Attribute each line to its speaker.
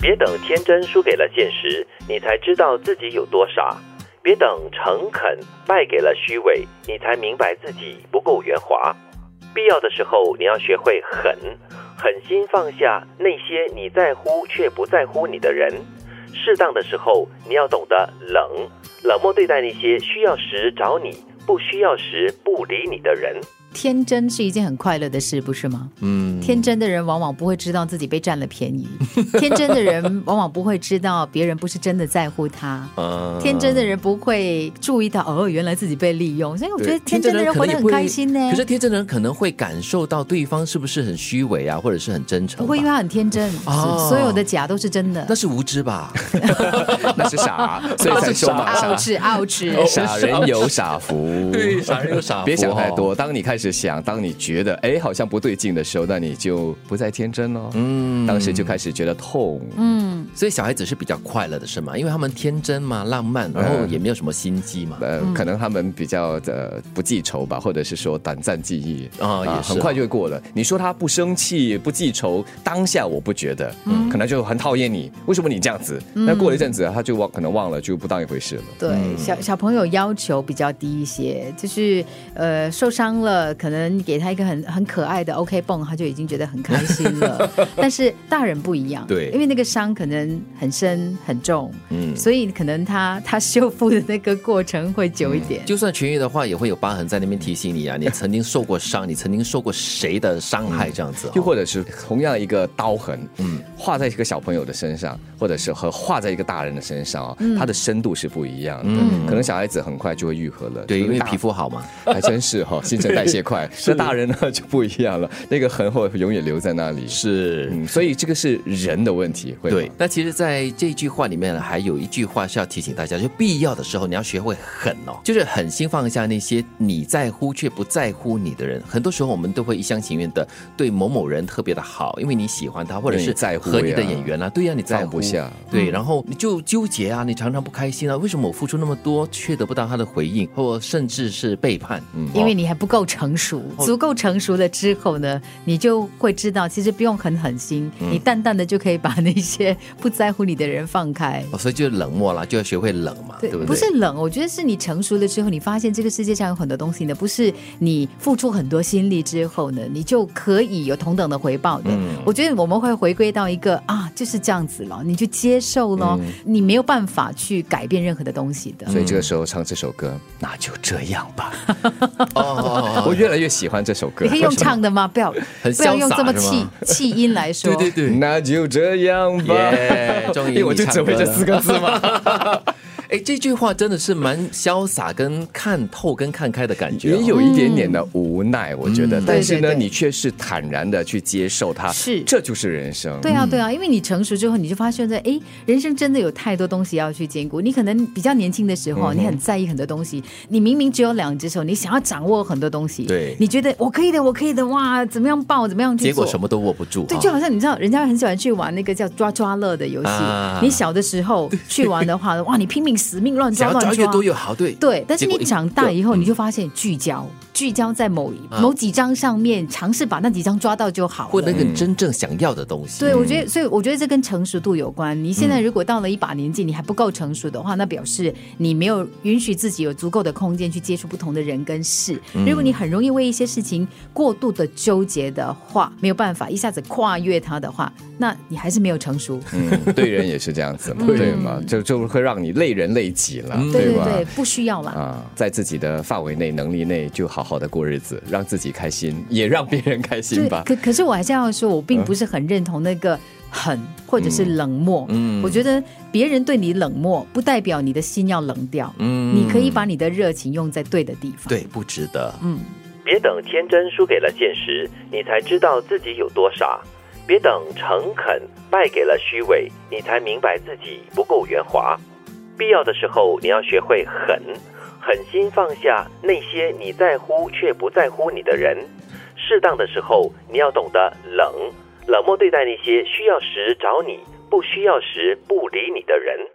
Speaker 1: 别等天真输给了现实，你才知道自己有多傻；别等诚恳败给了虚伪，你才明白自己不够圆滑。必要的时候，你要学会狠，狠心放下那些你在乎却不在乎你的人。适当的时候，你要懂得冷，冷漠对待那些需要时找你，不需要时不理你的人。
Speaker 2: 天真是一件很快乐的事，不是吗？
Speaker 3: 嗯，
Speaker 2: 天真的人往往不会知道自己被占了便 宜，天真的人往往不会知道别人不是真的在乎他，
Speaker 3: 啊
Speaker 2: 天真的人不会注意到哦，原来自己被利用。所以我
Speaker 3: 对
Speaker 2: 觉得天真的人
Speaker 3: 可
Speaker 2: 活
Speaker 3: 能
Speaker 2: 得
Speaker 3: 也
Speaker 2: 很
Speaker 3: 不会
Speaker 2: 开心呢。
Speaker 3: 可是天真的人可能会感受到对方是不是很虚伪啊，或者是很真诚吧。
Speaker 2: 不会，因为他很天真，
Speaker 3: 哦
Speaker 2: 所有的假都是真的
Speaker 3: 那。是无知吧？
Speaker 4: 那是 傻，所以才说嘛
Speaker 2: 傲
Speaker 4: 傻。
Speaker 2: 痴，傲痴。
Speaker 3: 哦
Speaker 4: 傻人有傻 福，
Speaker 3: 对傻人有傻福
Speaker 4: 别想太
Speaker 3: 哦
Speaker 4: 多。当你开始想，当你觉得哎好像不对劲的时候，那你就不再天真了。嗯，当时就开始觉得痛。
Speaker 2: 嗯，
Speaker 3: 所以小孩子是比较快乐的，是吗？因为他们天真嘛、浪漫，然后也没有什么心机嘛。
Speaker 4: 呃，可能他们比较的不记仇吧，或者是说短暂记忆
Speaker 3: 啊也是
Speaker 4: 很快就会过了。你说他不生气、不记仇，当下我不觉得，
Speaker 3: 嗯
Speaker 4: 可能就很讨厌你，为什么你这样子？那过了一阵子，他就忘，可能忘了，就不当一回事了。
Speaker 3: 嗯
Speaker 2: 对，小小朋友要求比较低一些，就是呃受伤了，可能你给他一个很很可爱的 OK 泵，他就已经觉得很开心 了。但是大人不一样，
Speaker 3: 对
Speaker 2: 因为那个伤可能很深很重，
Speaker 3: 嗯
Speaker 2: 所以可能他他修复的那个过程会久一点。
Speaker 3: 就算痊愈的话，也会有疤痕在那边提醒你啊，你曾经受过伤，你曾经受过谁的伤害这样子、哦。
Speaker 4: 又或者是同样一个刀痕，嗯，画在一个小朋友的身上，或者是和画在一个大人的身上啊，
Speaker 3: 嗯
Speaker 4: 它的深度是不一样的。可能小孩子很快就会愈合了，
Speaker 3: 对，因为
Speaker 4: 大
Speaker 3: 皮肤好嘛。
Speaker 4: 还真 是哈、新陈代谢快。那大人呢就不一样了，那个痕会永远留在那里。
Speaker 3: 是
Speaker 4: 嗯，所以这个是人的问题，会吗
Speaker 3: 对，那其实，在这句话里面呢，还有一句话是要提醒大家，就必要的时候你要学会狠哦，就是狠心放下那些你在乎却不在乎你的人。很多时候我们都会一厢情愿的对某某人特别的好，因为你喜欢他，或者
Speaker 4: 因为
Speaker 3: 是
Speaker 4: 你在乎
Speaker 3: 和你
Speaker 4: 呀
Speaker 3: 的演员啊，对呀、你在乎
Speaker 4: 放不下，嗯
Speaker 3: 对，然后你就纠结啊，你常常不开心啊，为什么我付出那么多却得不到他的回应，或甚至是背叛？嗯，
Speaker 2: 因为你还不够成熟，
Speaker 3: 哦
Speaker 2: 足够成熟了之后呢，你就会知道，其实不用很狠心，
Speaker 3: 嗯
Speaker 2: 你淡淡的就可以把那些不在乎你的人放开。
Speaker 3: 哦所以就冷漠啦，就要学会冷嘛，啊对不对？
Speaker 2: 不是冷，我觉得是你成熟了之后，你发现这个世界上有很多东西呢，不是你付出很多心力之后呢，你就可以有同等的回报的。
Speaker 3: 嗯
Speaker 2: 我觉得我们会回归到一个啊，就是这样子了，你去接受咯，你没有办法去改变任何的东西的。
Speaker 4: 所以这个时候唱这首歌，那就这样吧。
Speaker 3: 哦哦
Speaker 4: 我越来越喜欢这首歌。
Speaker 2: 你可以用
Speaker 4: 为什么
Speaker 2: 唱的吗？不 要，
Speaker 3: 很
Speaker 2: 不要
Speaker 3: 潇
Speaker 2: 用
Speaker 3: 洒
Speaker 2: 这么
Speaker 3: 是
Speaker 2: 气
Speaker 3: 吗
Speaker 2: 气音来说。
Speaker 3: 对对对，
Speaker 4: 那就这样 吧。哎
Speaker 3: 耶终于
Speaker 4: 因为我
Speaker 3: 你
Speaker 4: 就
Speaker 3: 唱
Speaker 4: 只会
Speaker 3: 歌
Speaker 4: 这
Speaker 3: 了
Speaker 4: 四个字嘛。
Speaker 3: 哎，这句话真的是蛮潇洒、跟看透、跟看开的感觉、哦。
Speaker 4: 也有一点点的无奈，我觉得，但是
Speaker 2: 嗯对
Speaker 4: 呢，
Speaker 2: 对对
Speaker 4: 你却是坦然的去接受它，
Speaker 2: 是
Speaker 4: 这就是人生。
Speaker 2: 对
Speaker 3: 嗯
Speaker 2: 啊，对啊，因为你成熟之后，你就发现在哎，人生真的有太多东西要去兼顾。你可能比较年轻的
Speaker 3: 嗯
Speaker 2: 时候，你很在意很多东西，你明明只有两只手，你想要掌握很多东西，
Speaker 3: 对
Speaker 2: 你觉得我可以的，我可以的，哇，怎么样抱，怎么样去
Speaker 3: 结果
Speaker 2: 做
Speaker 3: 什么都握不住、啊。
Speaker 2: 对，就好像你知道，人家很喜欢去玩那个叫抓抓乐的游戏。
Speaker 3: 啊
Speaker 2: 你小的时候去玩的 话，哇，你拼命死命乱抓
Speaker 3: 想要
Speaker 2: 乱
Speaker 3: 抓
Speaker 2: 抓，
Speaker 3: 越多越好，对
Speaker 2: 对，但是
Speaker 3: 结果
Speaker 2: 你
Speaker 3: 一嗯啊
Speaker 2: 长大以后，你就发现聚焦，聚焦在某某几张上面，尝试把那几张抓到就好了。
Speaker 3: 或那个你真正想要的东西。
Speaker 2: 嗯对，我觉得，所以我觉得这跟成熟度有关。你现在如果到了一把年纪，你还不够成熟的话，那表示你没有允许自己有足够的空间去接触不同的人跟事。如果你很容易为一些事情过度的纠结的话，没有办法一下子跨越它的话，那你还是没有成熟。
Speaker 4: 嗯，对人也是这样子嘛，对嘛，就就会让你累人累己了，
Speaker 2: 嗯对对
Speaker 4: 吧？
Speaker 2: 对，不需要啦。
Speaker 4: 啊，在自己的范围内、能力内，就好好的过日子，让自己开心，也让别人开心
Speaker 2: 对，
Speaker 4: 吧。
Speaker 2: 可可是我还是要说，我并不是很认同那个狠或者是冷漠。嗯，我觉得别人对你冷漠，不代表你的心要冷掉。嗯，你可以把你的热情用在对的地方。
Speaker 3: 对不值得。
Speaker 1: 别等天真输给了现实，你才知道自己有多傻；别等诚恳败给了虚伪，你才明白自己不够圆滑。必要的时候，你要学会狠，狠心放下那些你在乎却不在乎你的人；适当的时候，你要懂得冷，冷漠对待那些需要时找你，不需要时不理你的人。